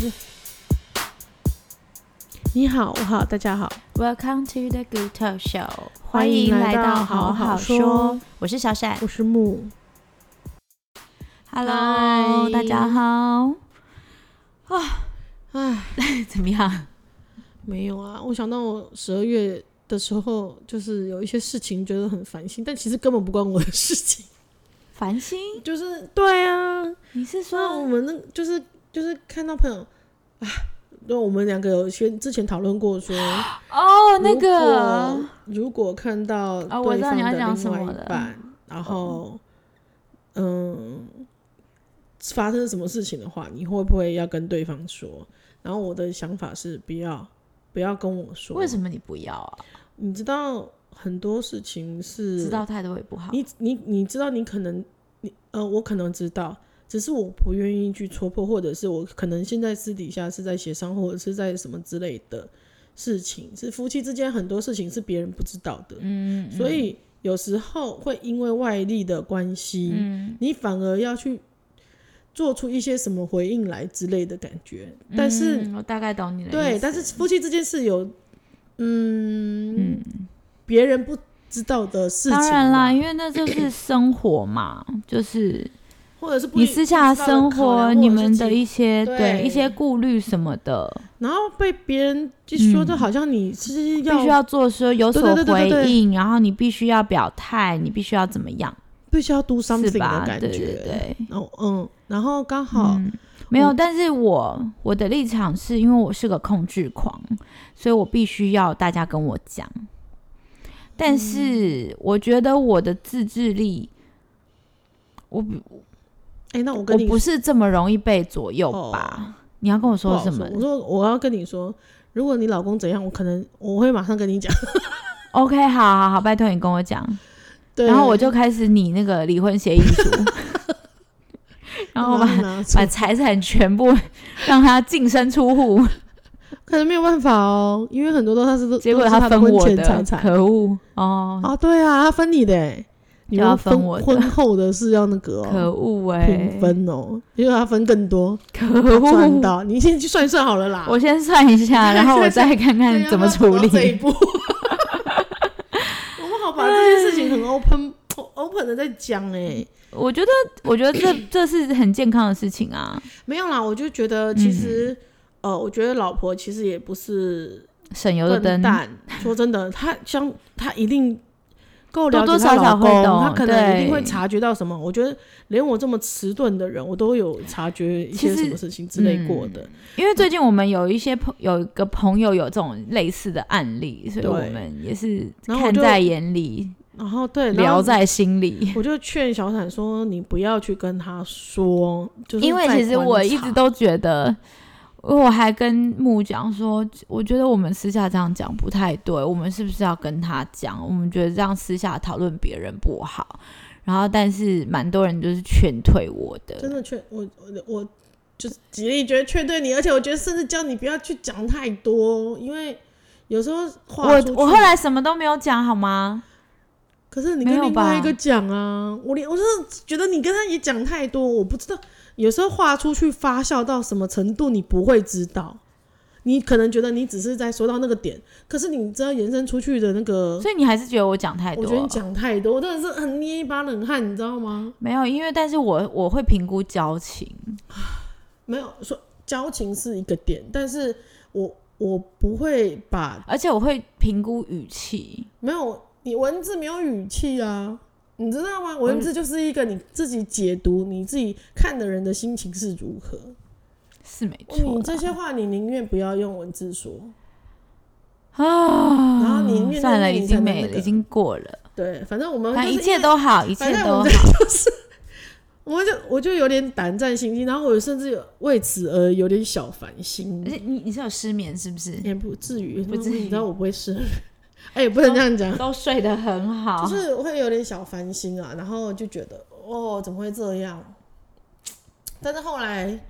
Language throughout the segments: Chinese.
是你好，我好，大家好， Welcome to the Good Talk Show，欢迎来到好好说。我是小闪我是木。 ，Hello，嗨大家 好。唉，怎么样？没有啊，我想到我十二月的时候，就是有一些事情觉得很烦心，但其实根本不关我的事情。繁星， 就是对啊，你是那我说们那就是就是看到朋友啊，对，我们两个有先之前讨论过说，哦那如个果如果看到哦我对知道方你要的讲另什外么一了哦半，然后嗯，发生什么事情的话，你会不会要跟对方说？然后我的想法是不要不要跟我说，为什么？么你不要啊？你知道很多事情是知道太多也不好。你你你知道，你可能你呃，我可能知道，只是我不愿意去戳破，或者是我可能现在私底下是在协商，或者是在什么之类的事情，是夫妻之间很多事情是别人不知道的，嗯，所以有时候会因为外力的关系，嗯你反而要去做出一些什么回应来之类的感觉，但是。嗯我大概懂你的意思。对，但是夫妻之间是有，嗯，嗯，别人不知道的事情啦，当然啦，因为那就是生 活嘛，就是或者是不你一私下不知道生的考量活，或者你是们其的一些对对一些顾虑什么的，然后被别人就说嗯的好像你是必要须要做说有所对对对回对对应，然后你必须要表态，你必须要怎么样，必须要 do 是 something 的吧？感觉，对对对，然后嗯，然后刚好、嗯没有，我但是我我的立场是因为我是个控制狂，所以我必须要大家跟我讲。但是我觉得我的自制力，我不哎、那我我跟你不是这么容易被左右哦吧？你要跟我不好说什么我说我要跟你说，如果你老公怎样，我可能我会马上跟你讲。 ？OK，好好好，拜托你跟我讲。对， 然后我就开始拟那个离婚协议 书，然后把 拿出 把财产全部 让他净身出户，可能没有办法哦，因为很多都他是都结果都是他分婚我前的，财产可恶哦，啊，对啊，他分你的欸，你就要们分我的婚后的是要那个、哦、可恶哎、平分哦，因为他分更多，可他赚恶！到，你先去算一算好了啦。我先算一下，然后我 再看对看要怎么不要走处到这一理。 步，我们好把这件事情很 open open 的在讲哎、我觉得，我觉得这这是很健康的事情啊，没有啦，我就觉得其实、嗯呃，我觉得老婆其实也不是省油的笨灯，蛋，说真的，她像她一定。够了解多多她少少老会公，懂她可能一定对会察觉到什么。我觉得连我这么迟钝的人，我都有察觉一些其实嗯什么事情之类过的。因为最近我们有一些朋有一个朋友有这种类似的案例，所以对我们也是然后我看就在眼里，然后对，然后聊在心里。我就劝小闪说：“你不要去跟他说，就是因为在其实观我一直察都觉得，我还跟木讲说，我觉得我们私下这样讲不太对，我们是不是要跟他讲？我们觉得这样私下讨论别人不好。然后，但是蛮多人就是劝退我真的。的劝我我我就是极力觉得劝对你，而且我觉得甚至叫你不要去讲太多，因为有时候话我出去我后来什么都没有讲，好吗？可是你没跟有另吧外一个讲啊，我连我真的觉得你跟他也讲太多，我不知道有时候话出去发酵到什么程度，你不会知道。你可能觉得你只是在说到那个点，可是你知道延伸出去的那个，所以你还是觉得我讲太我多觉得你讲太多，我真的是很捏一把冷汗，你知道吗？没有，因为但是我我会评估交情，没有说交情是一个点，但是我我不会把而且我会评估语气。没有你文字没有语气啊，你知道吗？文字就是一个你自己解读，你自己看的人的心情是如何。是没错啦，你这些话你宁愿不要用文字说，啊，然后你面对算了，面已你才经能没那了，个已经过了，对，反正我们反就正是一切因为都好，一切反正都我好们。就是， 我就我就有点胆战心惊，然后我甚至有为此而有点小烦心而，且你你是有失眠是不是？也不至于，嗯不至于你知道我不会生，哎、也不能这样讲。 都睡得很 好，嗯就是会有点小烦心啊，然后就觉得哦，怎么会这样？但是后来，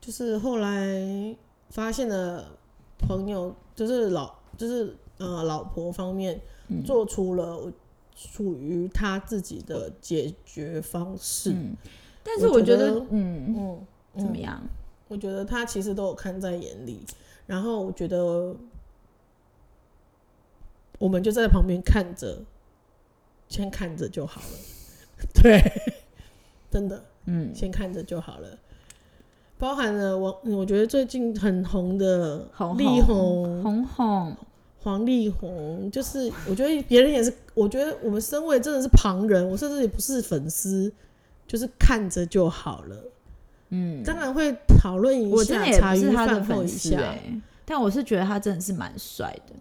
就是后来发现了朋友，就是老，就是呃，老婆方面嗯做出了我属于他自己的解决方式。嗯但是我觉觉得得嗯嗯，怎么样？我觉得他其实都有看在眼里，然后我觉得我们就在旁边看着，先看着就好 了。对，真的嗯，先看着就好了。包含了我，嗯我觉得最近很红的红力宏、红红，黄力宏，就是我觉得别人也是，我觉得我们身为真的是旁人，我甚至也不是粉丝，就是看着就好了。嗯，当然会讨论一我真下的，也茶不余是他的饭后粉一丝下，哎、但我是觉得他真的是蛮帅的。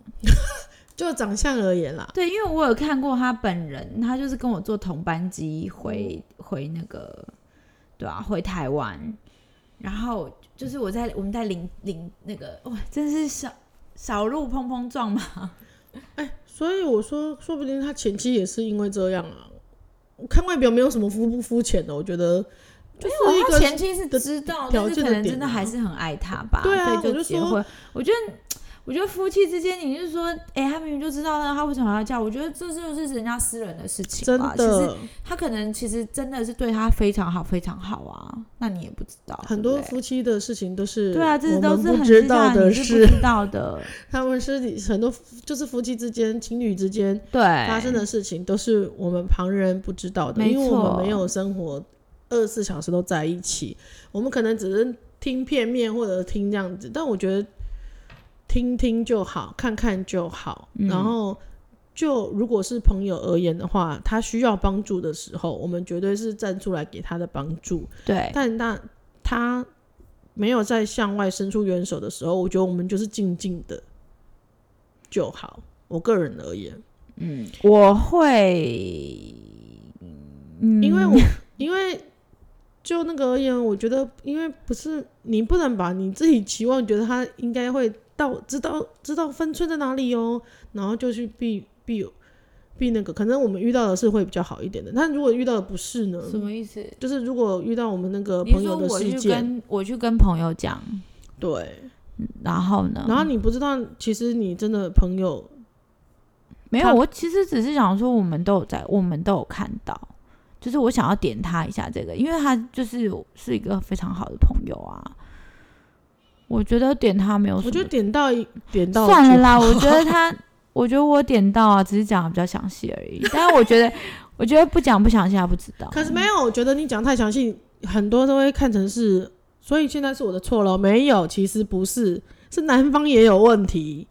就长相而言啦。对，因为我有看过他本人，他就是跟我坐同班机回、嗯回那个，对啊，回台湾。然后就是我在我们在领领那个，哇，真是小小鹿碰碰撞嘛。哎、所以我说，说不定他前期也是因为这样啊。我看外表没有什么肤不肤浅的，我觉得就是一因为他前个期是知道，条但是件可哦啊的能点真的啊还是很爱他吧，对啊所以我就结说婚。我觉得，我觉得夫妻之间，你是说，哎、他明明就知道那他为什么要嫁？我觉得这就是人家私人的事情真吧其实的他可能其实真的是对他非常好，非常好啊，那你也不知道很多对不对夫妻的事情都是对啊，这我都们是很不知道的事，你事是，不知道的， 他们私底很多就是夫妻之间、情侣之间对，发生的事情都是我们旁人不知道的，哎没因为我错们没有生活二十四小时都在一起，我们可能只是听片面或者听这样子，但我觉得听听就好，看看就好，嗯然后。就如果是朋友而言的话，他需要帮助的时候，我们绝对是站出来给他的帮助。对，但那他没有在向外伸出援手的时候，我觉得我们就是静静的就好。我个人而言，嗯，我会，嗯，因为我因为就那个而言，我觉得因为不是你不能把你自己期望觉得他应该会到知道知道分寸在哪里哦，然后就去避避避那个。可能我们遇到的是会比较好一点的，但如果遇到的不是呢？什么意思？就是如果遇到我们那个你朋说友的我事去件，跟我去跟朋友讲，对，然后呢？然后你不知道，其实你真的朋友没他有，我其实只是想说，我们都有在，我们都有看到，就是我想要点他一下这个，因为他就是是一个非常好的朋友啊。我觉得点他哦没有什么，我觉得点到一点到算了啦，就好我觉得他，我觉得我点到啊，只是讲的比较详细而已。 但是我觉得，我觉得不讲不详细，他不知道。可是没有，我觉得你讲太详细，很多都会看成是，所以现在是我的错了。没有，其实不是，是男方也有问题，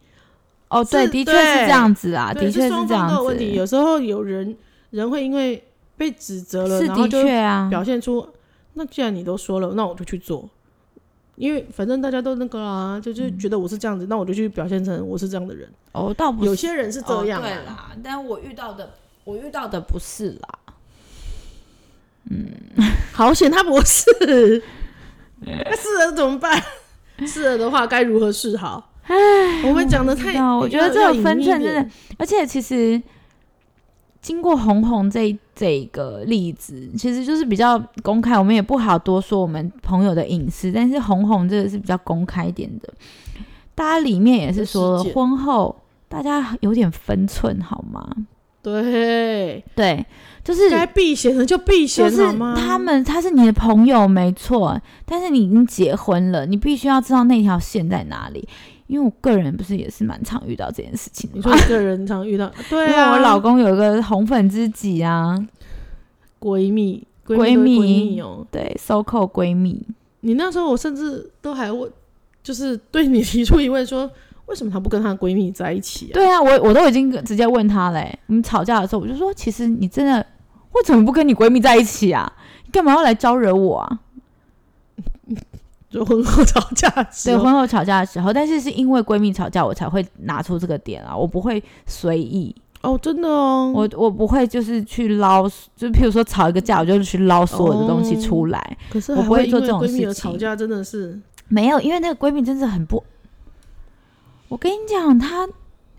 哦，对，是的确是对这样子啊，对的确双这方样都有问题。子，有时候有人人会因为被指责了，是然后的就确啊，表现出，那既然你都说了，那我就去做。因为反正大家都那个啊，就是嗯觉得我是这样子，那我就去表现成我是这样的人。哦，倒不是有些人是这样、啊哦，对，啦，但我遇到的，我遇到的不是啦。好险他不是，哎那是了怎么办？ 是了的话该如何是好？我们讲的知太啊道，我觉得这个分要要隐寸真，秘一的点，而且其实经过红红这一这一个例子，其实就是比较公开，我们也不好多说我们朋友的隐私，但是红红这个是比较公开一点的。大家里面也是说这个了，事件婚后大家有点分寸好吗？对，对，就是该避嫌的就避就嫌是好吗？他们，他是你的朋友没错，但是你已经结婚了，你必须要知道那条线在哪里。因为我个人不是也是蛮常遇到这件事情的你嘛，说一个人常 遇到，对因为啊，我老公有一个红粉知己啊，闺蜜闺蜜蜜都是闺蜜哦，对，收购闺蜜，你那时候我甚至都还问，就是对你提出疑问说， 为什么她不跟她闺蜜在一起啊？对啊，我我都已经直接问他嘞、我们吵架的时候我就说，其实你真的为什么不跟你闺蜜在一起啊？你干嘛要来招惹我啊？就婚后吵架的时对，候，婚后吵架的时候，但是是因为闺蜜吵架，我才会拿出这个点啊，我不会随意，哦，真的哦，我我不会就是去捞，就譬如说吵一个架，我就去捞所有的东西哦出来，可是我还不会因做为这种闺蜜事而吵情架，真的是没有，因为那个闺蜜真的很不。我跟你讲，她，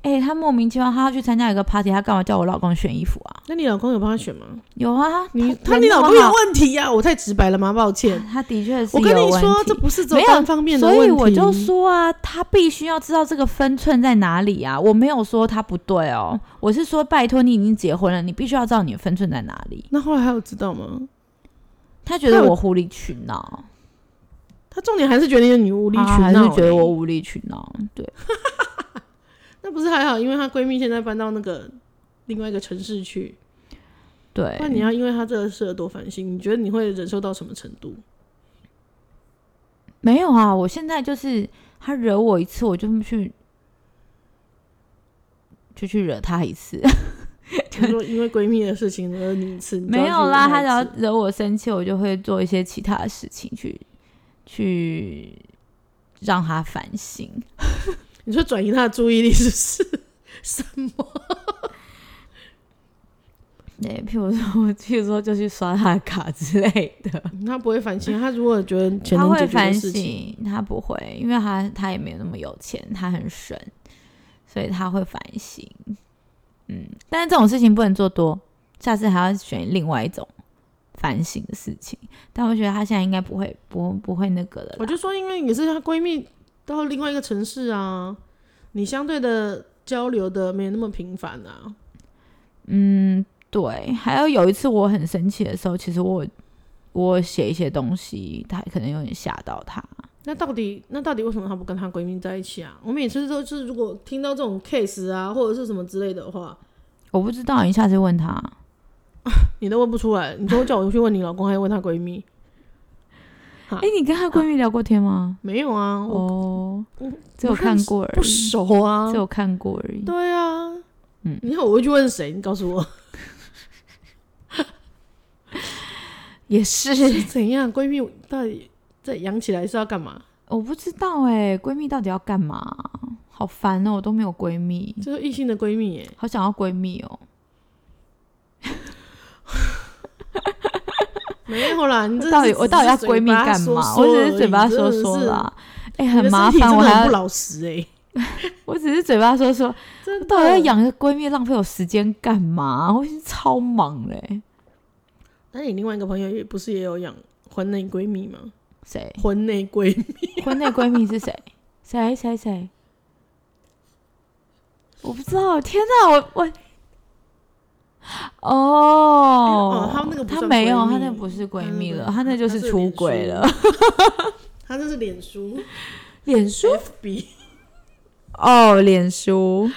哎、她莫名其妙，她要去参加一个 party，她干嘛叫我老公选衣服啊？那你老公有帮他选吗？有啊，你他人你那老么公有好问题呀、我太直白了吗？抱歉，她的确是我跟有你问说，题这不是只有没有单方面的所问以题。我就说啊，她必须要知道这个分寸在哪里啊！我没有说她不对哦，我是说拜托你已经结婚了，你必须要知道你的分寸在哪里。那后来还有知道吗？她觉她得有我无理取闹，他重点还是觉得你无理他取啊还是闹、觉得我，无理取闹。对，那不是还好，因为她闺蜜现在搬到那个另外一个城市去。对那，你要因为她这个事而多烦心，你觉得你会忍受到什么程 度？没有啊，我现在就是他惹我一次，我就去就去惹他一 次。你说因为闺蜜的事情惹你一次，你就没要有去啦，惹他只一要次惹我生气，我就会做一些其他的事情去去让他反省。你说转移她的注意力是不是？什 么？对，譬如说，我譬如说就去刷他的卡之类的，她不会反省，她如果觉得钱他能解会决的反事情，省，他不会，因为他他也没有那么有钱，他很省，所以他会反省。嗯，但是这种事情不能做多，下次还要选另外一种反省的事情。但我觉得他现在应该不会不不会那个了啦。我就说，因为你是她闺蜜到另外一个城市啊，你相对的交流的没有那么频繁啊。嗯，对。还有有一次我很生气的时候，其实我我写一些东西，他可能有点吓到他。那到底那到底为什么她不跟她闺蜜在一起啊？我每次都是如果听到这种 case 啊，或者是什么之类的话，我不知道，你下次问他。你都问不出来，你都叫我去问你老公，还要问她闺蜜？啊哎、你跟她闺蜜聊过天吗？没有啊，我哦我，只有不认看识过而不已，熟啊只。有看过而已。对啊，嗯你看我会去问谁？你告诉 我也是， 是怎样？闺蜜到底在养起来是要干嘛？我不知道哎、闺蜜到底要干嘛？好烦哦、我都没有闺蜜，就是异性的闺蜜耶，好想要闺蜜哦、没有啦，你这到底是我到底要只是嘴闺蜜巴干说嘛？说我只而是嘴已巴真说的说是啦，哎、你很的麻身体烦，真我的还很不要老实哎、我只是嘴巴说说，真的到底要养一个闺蜜浪费我时间干嘛？我已经超忙欸嘞、那你另外一个朋友也不是也有养婚内闺蜜吗？谁？婚内闺蜜， 婚内闺蜜是谁？谁谁谁？我不知道，天哪，我我。哦哦，她那个不她算没有，闺蜜嗯她那不是闺蜜了，她她那那个就是出轨了。她这是脸书 脸书 FB，哦，脸书，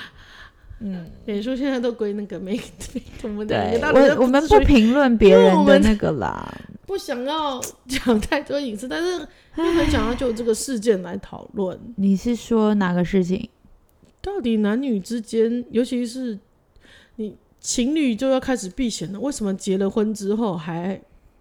脸书现在都归那个没 我们的对大家我我们不评论别人因为的我们那个啦。不想要讲太多隐私，但是又很想要就这个事件来讨论。你是说哪个事情？到底男女之间，尤其是你情侣就要开始避嫌了，为什么结了婚之后还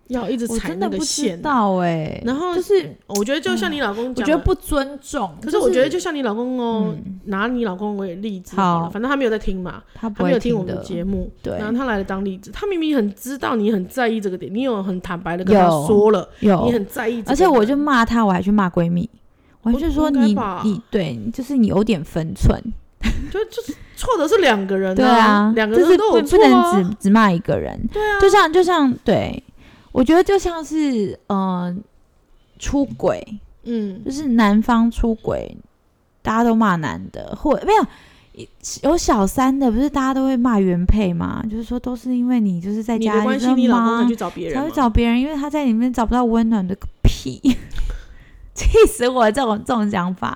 要一直我踩真那的个不知线？道哎。然后就是我觉得就像你老公我讲觉的，得不尊重，可是我就觉得就像你老公哦，嗯拿你老公为例子好了好反正他没有在听嘛，他不他没有会听我们的的。节目，对然后他来了当例子，他明明很知道你很在意这个点，你有很坦白的跟他说了，有你很在意这个点，而且我就骂她，我还去骂闺蜜，我还我就说哦应该你吧你对，就是你有点分寸，就就是错的是两个人、对啊，两个就人是都有不错、不啊、能只只骂一个人，对啊，就像就像对，我觉得就像是呃出轨，嗯，就是男方出轨，大家都骂男的，或没有。有小三的，不是大家都会骂原配吗？就是说，都是因为你就是在你家的里关系，这你老公忙才去找别人才嘛，会找别人，因为他在里面找不到温暖的个屁， 气死我了！这种这种想法，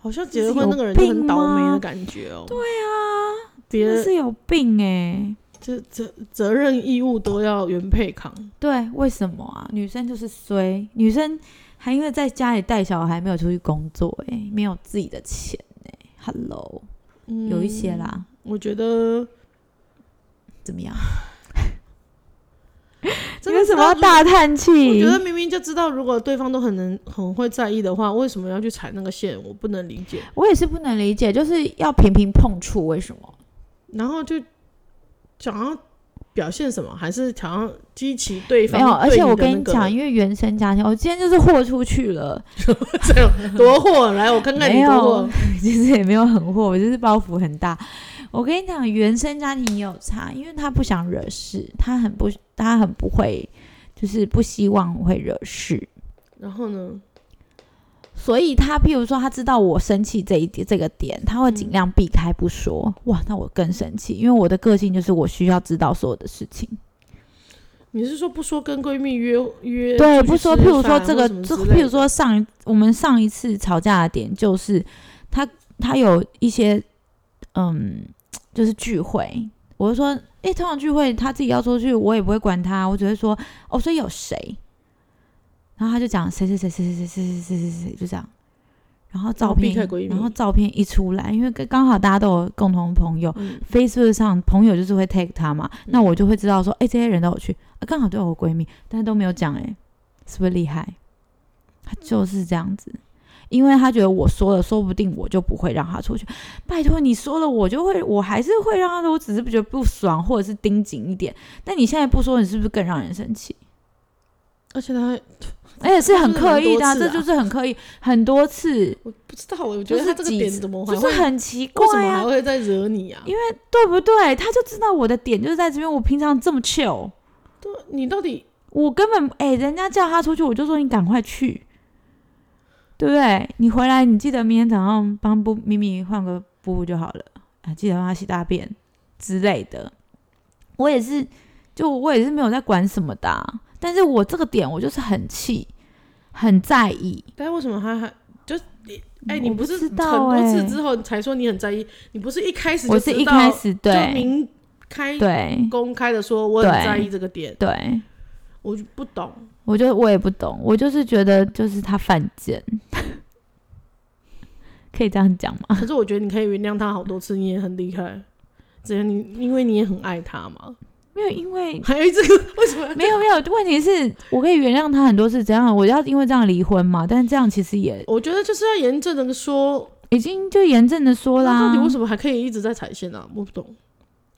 好像结了婚那个人就很倒霉的感觉哦、对啊，别真的人是有病哎、这责责任义务都要原配扛，对，为什么啊？女生就是衰，女生还因为在家里带小孩，没有出去工作、欸，哎，没有自己的钱、欸，哎，Hello，、嗯有一些，啦，我觉得怎么样？你真的为什么要不知道大叹我气觉？得明明就知道，如果对方都很能很会在意的话，为什么要去踩那个线？我不能理解。我也是不能理解，就是要频频碰触，为什么？然后就想要表现什么，还是想要激起对没方、有，而且我跟你你讲，，因为原生家庭，我今天就是豁出去了， 这样夺货来，我看看没你夺有货。，其实也没有很货，我就是包袱很大。我跟你讲，原生家庭也有差，因为他不想惹事，他很不，他很不会，就是不希望我会惹事，然后呢？所以他譬如说他知道我生气这一点这个点，他会尽量避开不说。哇，那我更生气，因为我的个性就是我需要知道所有的事情。你是说不说跟闺蜜约约？对，不说，譬如说这个，这这譬如说上一我们上一次吵架的点就是，他他有一些嗯，就是聚会，我就说，诶，通常聚会他自己要出去，我也不会管他，我只会说，哦，所以有谁，然后他就讲谁谁谁谁谁谁谁谁谁谁谁，就这样。然后照然后避片开闺，蜜然后照片一出来，因为刚刚好大家都有共同朋友，嗯 Facebook 上朋友就是会 tag 他嘛，那我就会知道说，哎、这些人都有去，啊，刚好都有我闺蜜，但是都没有讲，哎，是不是厉害？他就是这样子，因为他觉得我说了，说不定我就不会让他出去。拜托你说了，我就会，我还是会让他说，我只是觉得不爽，或者是盯紧一点。但你现在不说，你是不是更让人生气？而且他而且是很刻意的、这是很多次啊这就是很刻意，很多次，我不知道，我觉得他这个点怎么还就会，是很奇为什怪么还啊，会再惹你啊？因为对不对？他就知道我的点就是在这边，我平常这么 chill。你到底我根本哎、人家叫他出去，我就说你赶快去，对不对？你回来，你记得明天早上帮布咪咪换个布布就好了啊，记得帮他洗大便之类的。我也是，就我也是没有在管什么的啊、但是我这个点我就是很气，很在意。但为什么他还就你哎、你我不不是知很道多哎次之后你才说你很在意，你不是一开始就我是知一道开始就对明开对公开的说我很对在意这个点，对，我就不懂。我就我也不懂，我就是觉得就是他犯贱， 可以这样讲吗？可是我觉得你可以原谅他好多次，你也很厉害。只是你因为你也很爱他 嘛，没有，因为还有这个为什么要 没有没有，问题是我可以原谅他很多次，怎样？我要因为这样离婚嘛？但是这样其实也我觉得就是要严正的说，已经就严正的说那啦到底。为什么还可以一直在踩线啊？我不懂。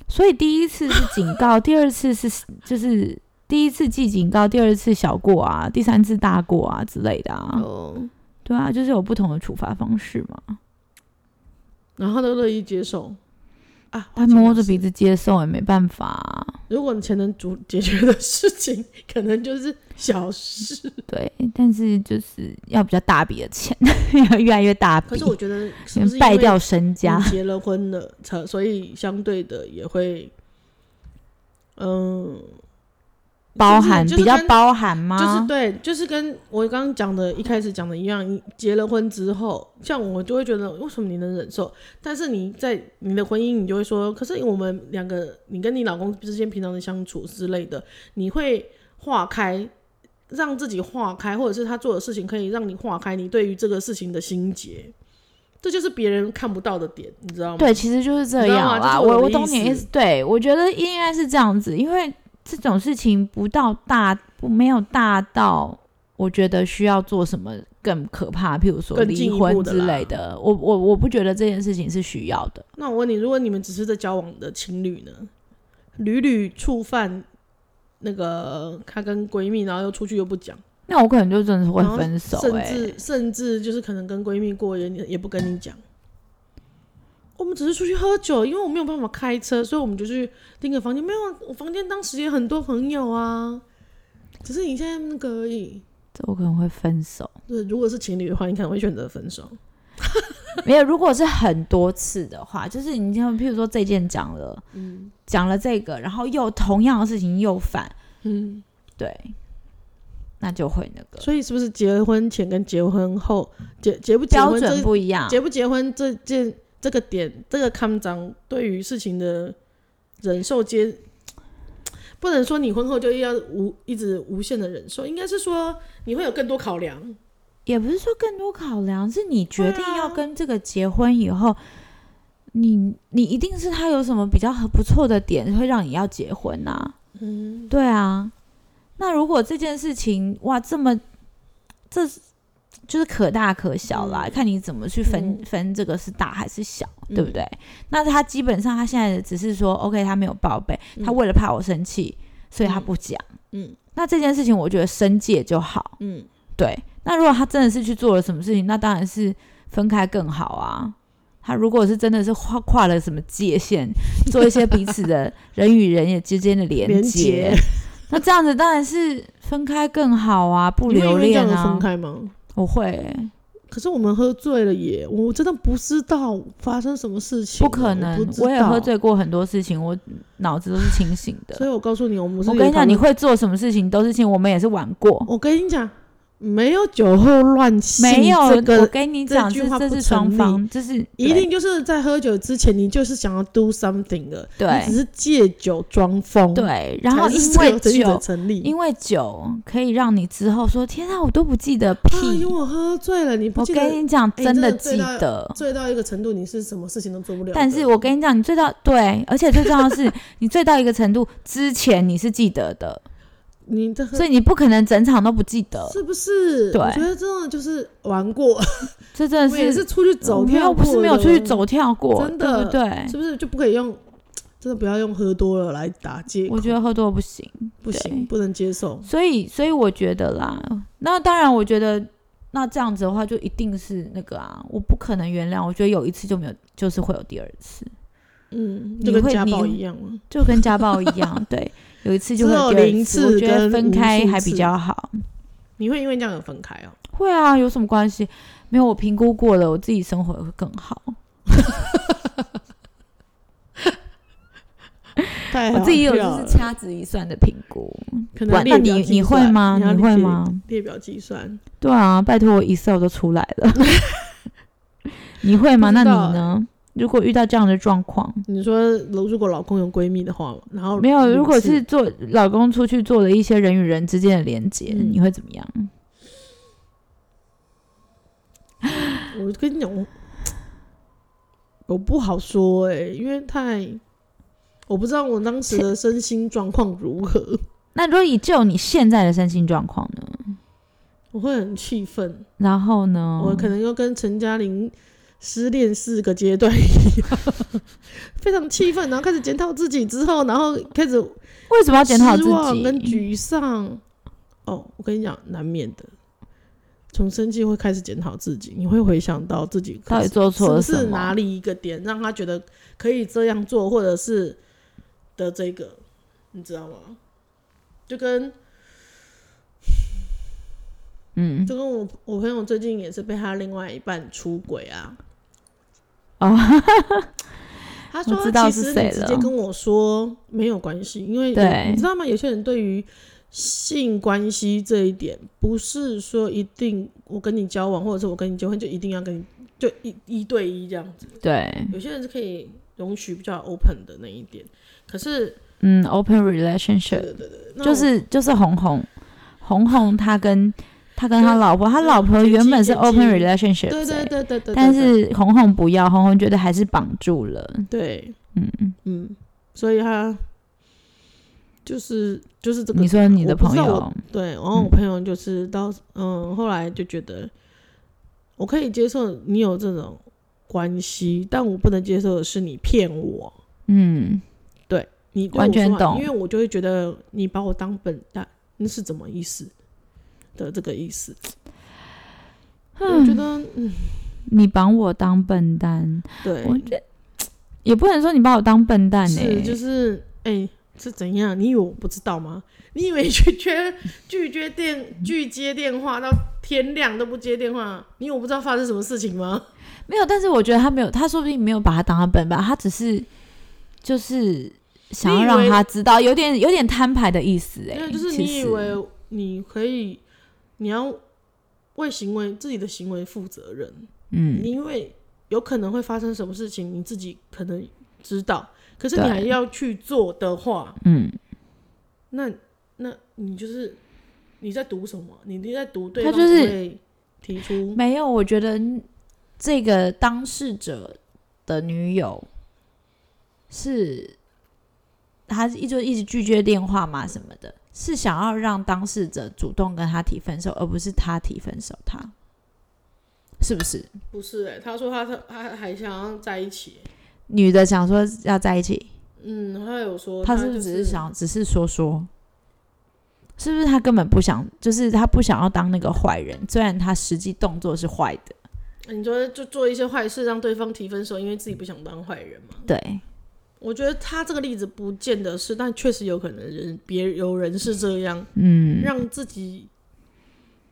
所以第一次是警告，第二次是就是第一次记警告，第二次小过啊，第三次大过啊之类的啊。哦，对啊，就是有不同的处罚方式嘛。然后他都乐意接受啊。花他钱摸了着事鼻子接受也没办法啊、如果你钱能主解决的事情，可能就是 小事。对，但是就是要比较大笔的钱， 要越来越大笔，可是我觉得是不先是因败为嗯掉身家你。结了婚了，才所以相对的也会，嗯，包含、就是比较跟包含吗？就是对，就是跟我刚刚讲的一开始讲的一样，你结了婚之后，像我就会觉得为什么你能忍受，但是你在你的婚姻，你就会说，可是我们两个，你跟你老公之间平常的相处之类的，你会化开，让自己化开，或者是他做的事情可以让你化开你对于这个事情的心结，这就是别人看不到的点，你知道吗？对，其实就是这样你知道吗啦。这是我我的我懂意你的意思思，对我觉得应该是这样子，因为这种事情不到大，不没有大到我觉得需要做什么更可怕，譬如说更进离一步婚的之啦类的。我我我不觉得这件事情是需要的。那我问你，如果你们只是在交往的情侣呢，屡屡触犯那个她跟闺蜜，然后又出去又不讲，那我可能就真的是会然后分手、欸，甚至甚至就是可能跟闺蜜过夜，你也不跟你讲。我们只是出去喝酒，因为我没有办法开车，所以我们就去订个房间。没有啊，我房间当时也很多朋友啊，只是你现在那个而已。这我可能会分手。对，如果是情侣的话，你可能会选择分手。没有，如果是很多次的话，就是你像譬如说这件讲了，嗯讲了这个，然后又同样的事情又犯，嗯，对，那就会那个所以是不是结婚前跟结婚后结结不结标婚这准不一样。结不结婚这件这个点，这个看章对于事情的忍受接，不能说你婚后就要无一直无限的忍受，应该是说你会有更多考量。也不是说更多考量，是你决定对啊要跟这个结婚以后，你你一定是他有什么比较很不错的点，会让你要结婚呐、嗯，对啊，那如果这件事情哇这么，这是就是可大可小啦，嗯看你怎么去分、嗯分这个是大还是小，嗯对不对？那他基本上他现在只是说 OK，他没有报备，嗯他为了怕我生气，所以他嗯不讲。嗯那这件事情我觉得申诫就好。嗯，对，那如果他真的是去做了什么事情，那当然是分开更好啊。他如果是真的是跨跨了什么界限，做一些彼此 的人与人也之间的连连接结，那这样子当然是分开因为这样而分开更好啊，不你会因留为这恋样而分啊。开吗？我会欸、可是我们喝醉了耶，我真的不知道发生什么事情不了，可能我不，知我也道喝。醉过很多事情，我脑子都是清醒所的。以我告诉你，我们是我跟你讲，你有讨论，会做什么事情都是情，我们也是玩过，我跟你讲，没有酒后乱性，没有。这我个，跟你这讲，句这话这不是成双立方，这是一对定就是在喝酒之前，你就是想要 do something 的，对你只是借酒装疯，，对。然后因这为个这个酒，成立，因为酒可以让你之后说：“天啊，我都不记得啊，因屁。为我喝醉了，你不我记得跟你讲，哎真的真的记醉到得。醉到一个程度，你是什么事情都做不了的。但是我跟你讲，你醉到对，而且最重要的是，你醉到一个程度之前你是记得的，你的喝所以你不可能整场都不记得。是不是？对我觉得真的就是玩过，这真我的也是是出去走我们跳又过不的，是没有出去走欸跳过，真的对不对？是不是就不可以用？真的不要用喝多了来打借口，我觉得喝多不行，不行，对不能接受。所以所以我觉得啦，那当然我觉得那这样子的话就一定是那个啊，我不可能原谅，我觉得有一次就没有，就是会有第二次，嗯，你就跟会家暴你一样啊嘛。就跟家暴一 样，对，有一次就会有只有第零二次次，我觉得跟分无开数还比次较好。你会因为这样而分开哦？会啊，有什么关系？没有，我评估过了，我自己生活会更好。太我哎好啊自己有笑就了是掐指一算的评估。可哇能列那你表计你会算吗？要你会列吗？列表计算，对啊，拜托我 Excel 都出来了， 你会吗？不那知你道哎呢？如果遇到这样的状况，你说如果老公有闺蜜的话，然后没有，零如果次是做老公出去做了一些人与人之间的连接，嗯你会怎么样？我跟你讲，我我不好说哎、因为太我不知道我当时的身心状况如何，那如果以就你现在的身心状况呢？我会很气愤，然后呢？我可能又跟陈嘉玲失恋四个阶段一样， 非常气愤，然后开始检讨自己之后，然后开始为什么要检讨自失望跟己？嗯沮丧。哦，我跟你讲，难免的。从生气会开始检讨自己，你会回想到自己到底做错了是什不是么？哪里一个点让他觉得可以这样做，或者是的这个，你知道吗？就跟嗯，就跟我我朋友最近也是被他另外一半出轨啊。哦， 他我说知：“道其是实谁你直了接跟我说没有关系，因为对你知道吗？有些人对于性关系这一点，不是说一定我跟你交往，或者是我跟你结婚就一定要跟你就一一对一这样子。对，有些人是可以容许比较 open 的那一点，可是嗯，open relationship 那就我是就是红红，红红他跟他跟他对老婆，他对老婆姐原姐本是姐 open 姐 relationship，对对欸对对对，但对是红红不要，红红觉得还是绑住了，对嗯，嗯，所以他就是就是这个你说你的我不朋知道友，对，然嗯后我朋友就是到嗯后来就觉得我可以接受你有这种关系，但我不能接受的是你骗我，嗯，你对完我说全谎懂因为我就会觉得你把我当笨蛋，那是怎么意思的这个意思？我觉得嗯，你把我当笨蛋，对，我觉也不能说你把我当笨蛋欸呢、是，就是哎、是怎样？你以为我不知道吗？你以为拒绝拒绝电拒接电话到天亮都不接电话？你以为我不知道发生什么事情吗？没有，但是我觉得他没有，他说不定没有把他当他笨蛋，他只是就是想要你以让为他知道，有点有点摊牌的意思哎、因为就是其你以实为你可以，你要为行为自己的行为负责任，嗯你因为有可能会发生什么事情，你自己可能知道，可是对你还要去做的话，嗯，那那你就是你在读什么？你你在读对他方就是不会提出没有，我觉得这个当事者的女友是，她一就一直拒绝电话嘛什么的，是想要让当事者主动跟他提分手，而不是他提分手他，是不是？不是哎、他说他他他还想要在一起、女的想说要在一起，嗯，他有说她是就不是是只是想只是说说？是不是她根本不想，就是她不想要当那个坏人，虽然她实际动作是坏的，你说就做一些坏事让对方提分手，因为自己不想当坏人嘛？对，我觉得他这个例子不见得是，但确实有可能人别有人是这样，嗯，让自己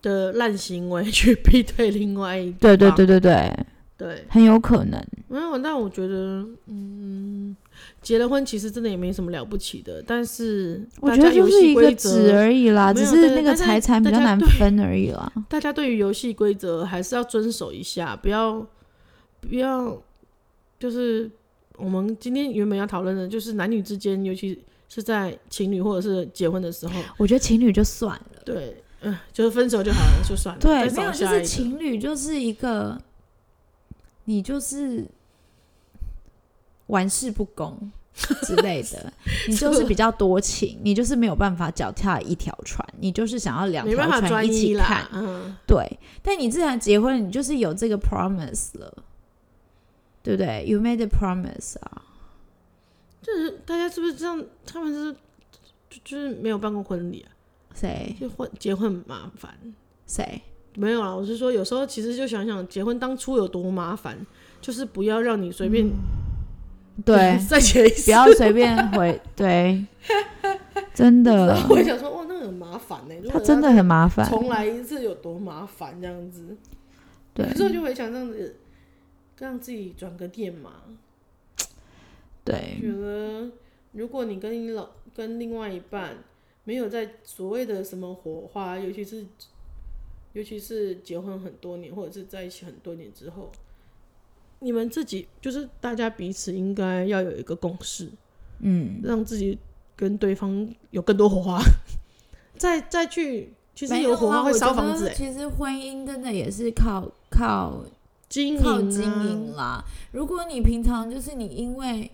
的烂行为去逼退另外一对对方对对对，对，很有可能。没有，但我觉得，嗯，结了婚其实真的也没什么了不起的，但是我大觉家得就游是戏一规个则纸而已啦，没只有是对那个大家财产比大较家难对分而已啦。大家对于游戏规则还是要遵守一下，不要不要，就是我们今天原本要讨论的，就是男女之间，尤其是在情侣或者是结婚的时候，我觉得情侣就算了，对，嗯、就是分手就好了，就算了，对，再没有找就下一是个。情侣就是一个，你就是玩世不恭之类 的，你就是比较多情，你就是没有办法脚踏一条船，你就是想要两没办条法船专一一起看啦，，嗯，对，但你自然结婚，你就是有这个 promise 了，对不对？You made a promise 啊，就是大家是不是这样？他们是就就是没有办过婚礼啊，谁就婚结婚很麻烦。谁？没有啦，啊我是说，有时候其实就想想，结婚当初有多麻烦，就是不要让你随便、嗯对 ，再结一次不。要随便回，对，真的，我也想说，哇，那很麻烦欸呢、如他果真的很麻烦，重来一次有多麻烦，这样子。对有时候就会想这样子，让自己转个念嘛。对，觉得如果你跟你老跟另外一半没有在所谓的什么火花，尤其是尤其是结婚很多年或者是在一起很多年之后，你们自己就是大家彼此应该要有一个共识，嗯，让自己跟对方有更多火花， 再再去。其实没有有火花啊会我烧觉房得子、欸，其实婚姻真的也是靠靠经营、啊、靠经营啦。如果你平常就是你因为。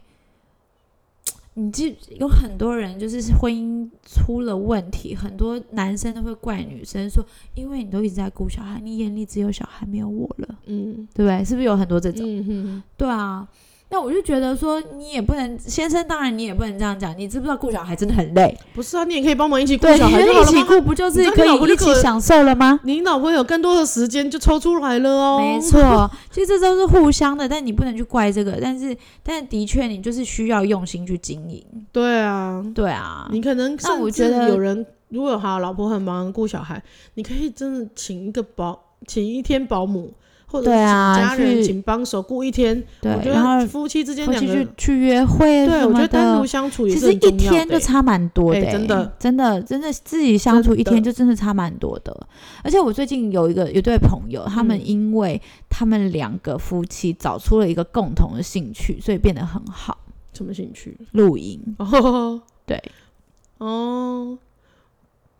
你记有很多人就是婚姻出了问题，很多男生都会怪女生说，因为你都一直在顾小孩，你眼里只有小孩没有我了，嗯对不对？是不是有很多这种？嗯哼，对啊，那我就觉得说，你也不能，先生当然你也不能这样讲，你知不知道顾小孩真的很累？不是啊，你也可以帮忙一起顾对，小你孩们就好一了起吗？顾不就你是知道可你老婆以一就起可享受了吗？你老婆有更多的时间就抽出来了哦。没错，其实这都是互相的，但你不能去怪这个，但是但的确你就是需要用心去经营，对啊，对啊，你可能那甚我至觉得有人如果哈老婆很忙顾小孩，你可以真的请一个保，请一天保姆，或者是对请啊家人去请帮手顾一天。对我，觉然得后夫妻之间回两去个去人，去约会对什我觉么得单独的。相处也其是实很一重要的天就欸。差蛮多的、哎真的，真的，真的自己相处真的一天就真的差蛮多的。而且我最近有一个有对朋友，他们嗯因为他们两个夫妻找出了一个共同的兴趣，所以变得很好。什么兴趣？露营，哦对 哦，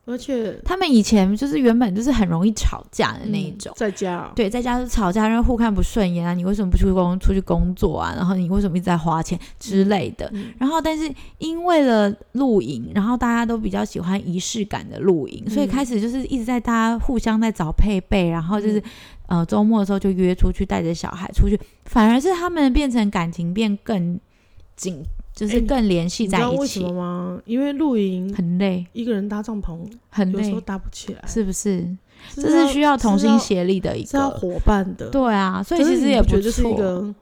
而且他们以前就是原本就是很容易吵架的那一嗯种。在家哦对，在家就吵架，然后互看不顺眼啊，你为什么不去工出去工作啊？然后你为什么一直在花钱之类的？嗯然后，但是因为了露营，然后大家都比较喜欢仪式感的露营，所以嗯开始就是一直在大家互相在找配备，然后就是、嗯呃周末的时候就约出去，带着小孩出去，反而是他们变成感情变更紧，就是哎你更联系你知在道一为什起，么吗？因为露营很累，一个人搭帐篷很有时候累，搭不起来，是不是？这要是需要同是要心协力的一是要个，伙伴的。对啊，所以可是其实你也不觉不得就是一错个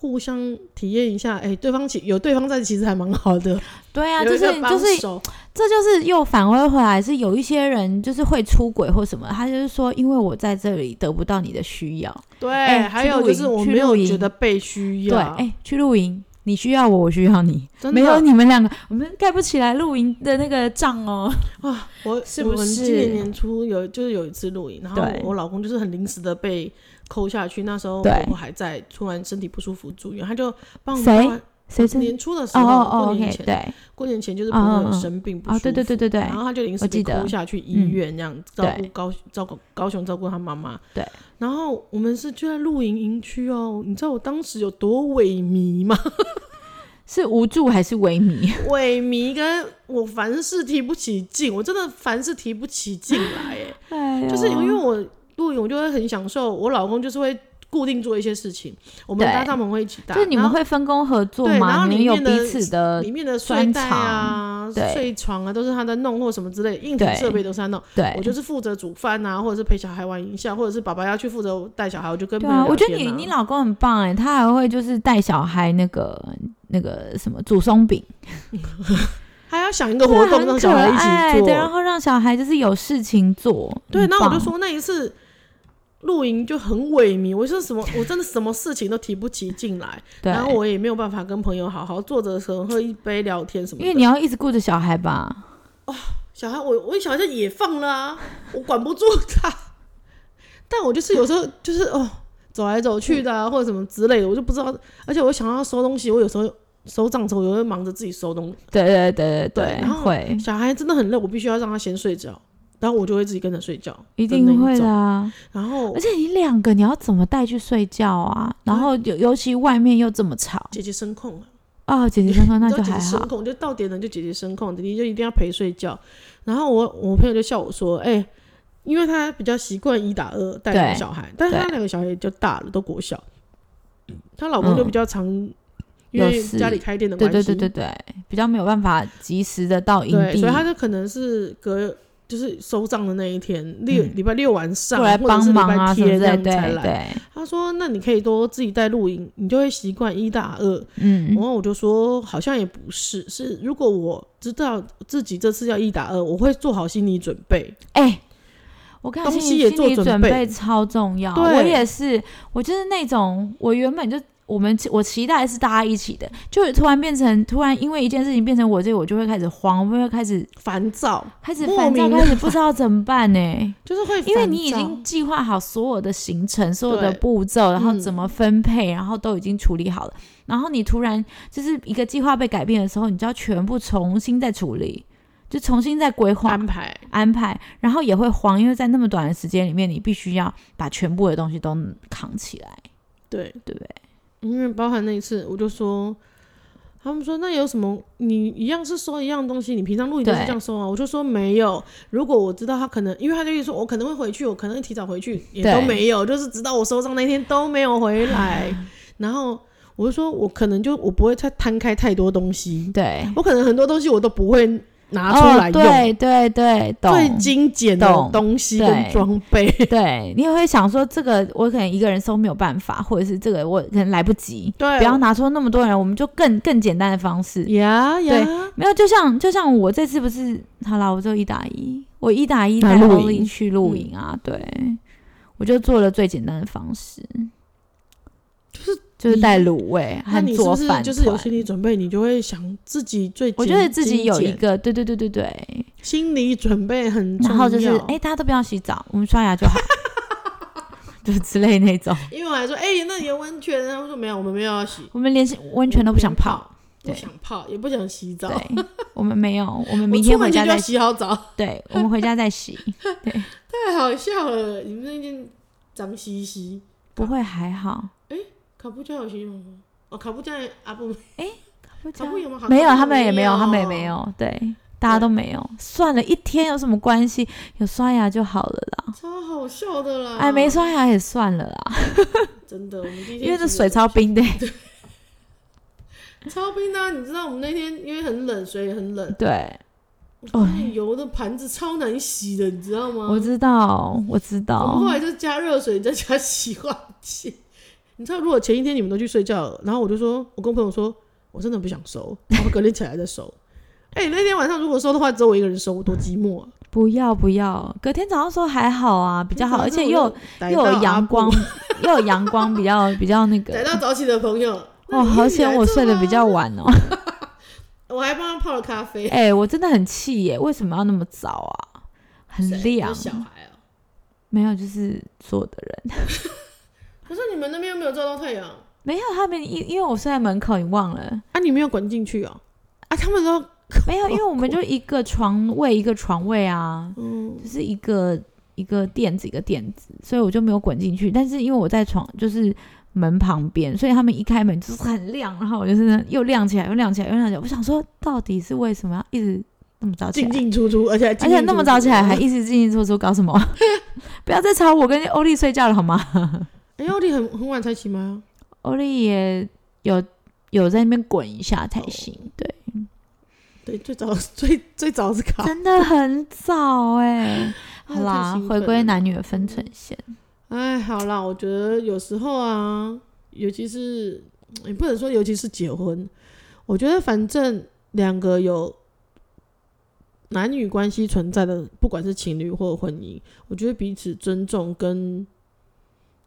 互相体验一下，哎、对方其有对方在，其实还蛮好的。 对啊，有就一是个就帮是手这就是又反回回来，是有一些人就是会出轨或什么，他就是说，因为我在这里得不到你的需要，对、哎还去有露就是营我去没有露营觉得被需对，要，哎、去露营，你需要我，我需要你，啊真的哦没有你们两个，我们盖不起来露营的那个帐哦。啊，我是我不们今是年年初有就是有一次露营，然后对我老公就是很临时的被抠下去，那时候对婆婆还在，突然身体不舒服住院，他就帮我谁们谁知？年初的时哦候，哦哦过年，OK，前，对，过年前就是嗯婆婆有嗯嗯生病不舒哦，服，对对对对对然后他就临时我被记得抠下去医嗯院，这样、照顾对高照顾高雄照顾他妈妈。对，然后我们是就在露营营区哦，你知道我当时有多萎靡吗？ 是无助还是萎靡？萎靡跟我凡事提不起劲，我真的凡事提不起劲来， 哎，哎呦就是因为我露营，我就会很享受，我老公就是会固定做一些事情，我们对搭帐篷会一起搭，就是你然们后会分工合作对然吗？后你里们有面的彼此的里面的睡专袋啊、对睡床啊，都是他在弄或什么之类，硬体对设备都是他弄。对我。就是负责煮饭啊，或者是陪小孩玩一下，或者是爸爸要去负责带小孩，我就跟对朋友、啊，我觉得你你老公很棒哎，他还会就是带小孩那个那个什么煮松饼，还要想一个活动让对啊很小可孩一爱起做对，。然后让小孩就是有事情做。对，很那我就棒，说那一次露营就很萎靡，我说什么，我真的什么事情都提不起劲来，对，然后我也没有办法跟朋友好好坐着的时候喝一杯聊天什么因的。为你要一直顾着小孩吧，小孩，我我小孩就也放了啊，我管不住他， 但我就是有时候就是哦，走来走去的、嗯啊、或者什么之类的，我就不知道。而且我想要收东西，我有时候收账的时候，我会忙着自己收东西。对对对对对然后会小孩真的很累，我必须要让他先睡觉，然后我就会自己跟着睡觉，一的那定会种的啊。然后而且你两个，你要怎么带去睡觉啊？然后尤尤其外面又这么吵姐姐声控啊，哦，姐姐刚刚那你知就道姐还姐声好，控，就到点了就姐姐声控，弟弟就一定要陪睡觉。然后我我朋友就笑我说：“哎、因为他比较习惯一打二带两个对小孩，但是他对两个小孩就大了，都国小。她老嗯公就比较常、因有为事家里开店的对关系，对对对对，比较没有办法及时的到营对地所以他就可能是隔就是收账的那一天，六礼、拜六晚上嗯过来或者帮是礼忙啊拜什天么这之类，样对才来。对，他说：“那你可以多自己带露营，你就会习惯一打二。”嗯然，后我就说，好像也不是，是如果我知道自己这次要一打二，我会做好心理准备。哎、我看东心西理也心做理准准备备超重要，对我也是，我就是那种我原本就。我们我期待是大家一起的，就是突然变成突然因为一件事情变成我这个，我就会开始慌，我就会开始烦躁开始莫烦躁，名开始不知道怎么办呢、 就是会烦躁，因为你已经计划好所有的行程、所有的对步骤，然后嗯怎么分配，然后都已经处理好了。然后你突然就是一个计划被改变的时候，你就要全部重新再处理，就重新再规划安排，安排，然后也会慌，因为在那么短的时间里面，你必须要把全部的东西都扛起来，对，对不对？因为包含那一次，我就说，他们说那有什么？你一样是收一样东西，你平常露营都是对这样收啊？我就说没有。如果我知道他可能，因为他就一直说我可能会回去，我可能会提早回去，也都对没有，就是直到我收账那天都没有回 来。然后我就说我可能就我不会再摊开太多东西，对，我可能很多东西我都不会拿出来哦、用，对对对，最懂。精简的懂东西对跟装备，对，你也会想说，这个我可能一个人收没有办法，或者是这个我可能来不及，对不要拿出那么多人，我们就更更简单的方式。呀呀，没有，就像就像我这次不是好啦，我就一打一，我一打一啊带露 Oli 营去露营啊，对，我就做了最简单的方式，就是就是你带卤味那和你是做不是饭就是有团心理准备，你就会想自己最我觉简得自己有精一简个，对对对对对，心理准备很重要，然后就是哎、大家都不要洗澡，我们刷牙 就好，就之类那种。因为我还说哎、那你有温泉，他们说没有，我们没有要洗我们连温泉都不想泡，，我不对想泡，也不想洗澡，对，我们没有，我们我明天出门回家前就再要，洗好澡，对，我们回家再洗，太好笑了，你们那件脏兮兮，不会还 好。卡布加有形容吗？哦，卡布加阿布回家卡布有吗？没有，好像他们也没有，他们也有没有，对，大家都没有。算了，一天有什么关系？有刷牙就好了啦。超好笑的啦！哎，没，刷牙也算了啦，真的，我们第一天因为这其实水超冰的。超冰的啊、你知道我们那天因为很冷，水也很冷，对，我那油的盘子超难洗的，你知道吗？哦我知道，我知我们后道。来就加热水，再加洗碗器。你知道，如果前一天你们都去睡觉了，然后我就说，我跟朋友说，我真的不想收，然后隔天起来再收。 哎、那天晚上如果收的话，只有我一个人收，我多寂寞啊！不要不要，隔天早上说还好啊，比 较好，而且又有逮又到有阿阳布 光，又有阳光，比较比较那逮个。到早起的朋友。那哦，你一好起来险我做睡得比啊较晚 哦。我还帮他泡了咖啡。哎，我真的很气耶，为什么要那么早啊？很谁 亮是，小孩啊、没有，就是做的人。可是你们那边又没有照到太阳，没有，他们因因为我睡在门口，你忘了？啊，你没有滚进去哦。啊，他们都没哦有，因为我们就一个床位一个床位啊，嗯，就是一个一个垫子一个垫子，所以我就没有滚进去。但是因为我在床就是门旁边，所以他们一开门就是很亮，然后我就是又亮起来，又亮起来，又亮起来。我想说，到底是为什么要一直那么早起进来？进出出，而且还进进而出且出那么早起来还一直进进出出，搞什么？ 不要再吵我跟欧丽睡觉了好吗？哎，奥利很很晚才起吗？欧丽也有有在那边滚一下才行，哦对。对，最早 最最早是卡。真的很早哎、哎好太啦兴奋，了回归男女的分寸线，哎，好啦，我觉得有时候啊，尤其是也不能说，尤其是结婚，我觉得反正两个有男女关系存在的，不管是情侣或婚姻，我觉得彼此尊重跟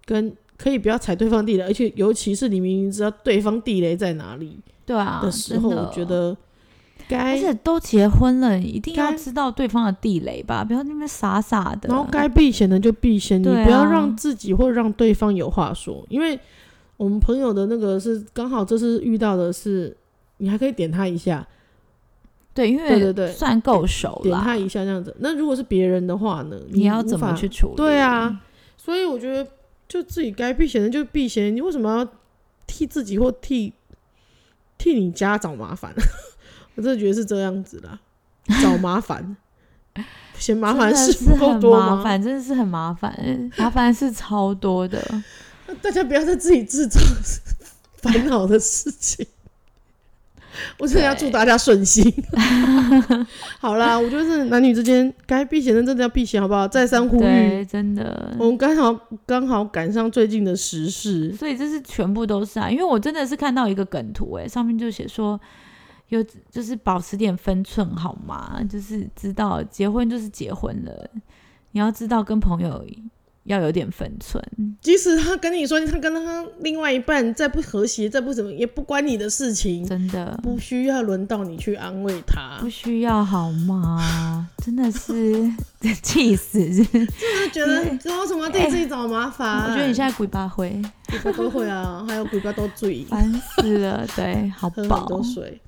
跟可以不要踩对方地雷，而且尤其是你明明知道对方地雷在哪里对啊，的时候，真的我觉。得而该且都结婚了，一定要该知道对方的地雷吧，不要那边傻傻的。然后该避嫌的就避嫌，你对啊不要让自己或让对方有话说，因为我们朋友的那个是刚好这次遇到的是，你还可以点他一下，对，因对对为对，算够熟点啦他，一下这样子。那如果是别人的话呢，你要怎无么法去处理？对啊，所以我觉得就自己该避嫌的就避嫌，你为什么要替自己或替替你家找麻烦？ 我真的觉得是这样子啦，找麻烦，嫌麻烦真事的不是够很多麻吗？烦，真的是很麻烦， 麻烦是超多的。大家不要再自己制造 烦恼的事情。我真的要祝对大家顺心。 好啦，我觉得是男女之间该避嫌的真的要避嫌，好不好？再三呼吁，对，真的。我们刚好刚好赶上最近的时事，所以这是全部都是啊，因为我真的是看到一个梗图、欸，上面就写说，有就是保持点分寸好吗？就是知道结婚就是结婚了，你要知道跟朋友要有点分寸，即使他跟你说他跟他另外一半再不和谐，再不怎么，也不关你的事情，真的不需要轮到你去安慰 他不。需要好吗？真的是 气死！就是觉得知道为什么要替自己找麻烦？哎我觉得你现在鬼巴灰，在鬼巴都会啊，还有鬼巴都醉，烦死了，对，好喝饱 很，多水。